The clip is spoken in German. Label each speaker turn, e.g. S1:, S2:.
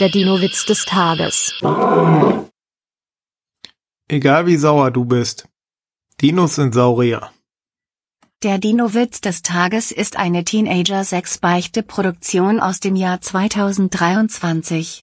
S1: Der Dino-Witz des Tages.
S2: Egal wie sauer du bist. Dinos sind Saurier.
S3: Der Dino-Witz des Tages ist eine Teenager-6-Beichte-Produktion aus dem Jahr 2023.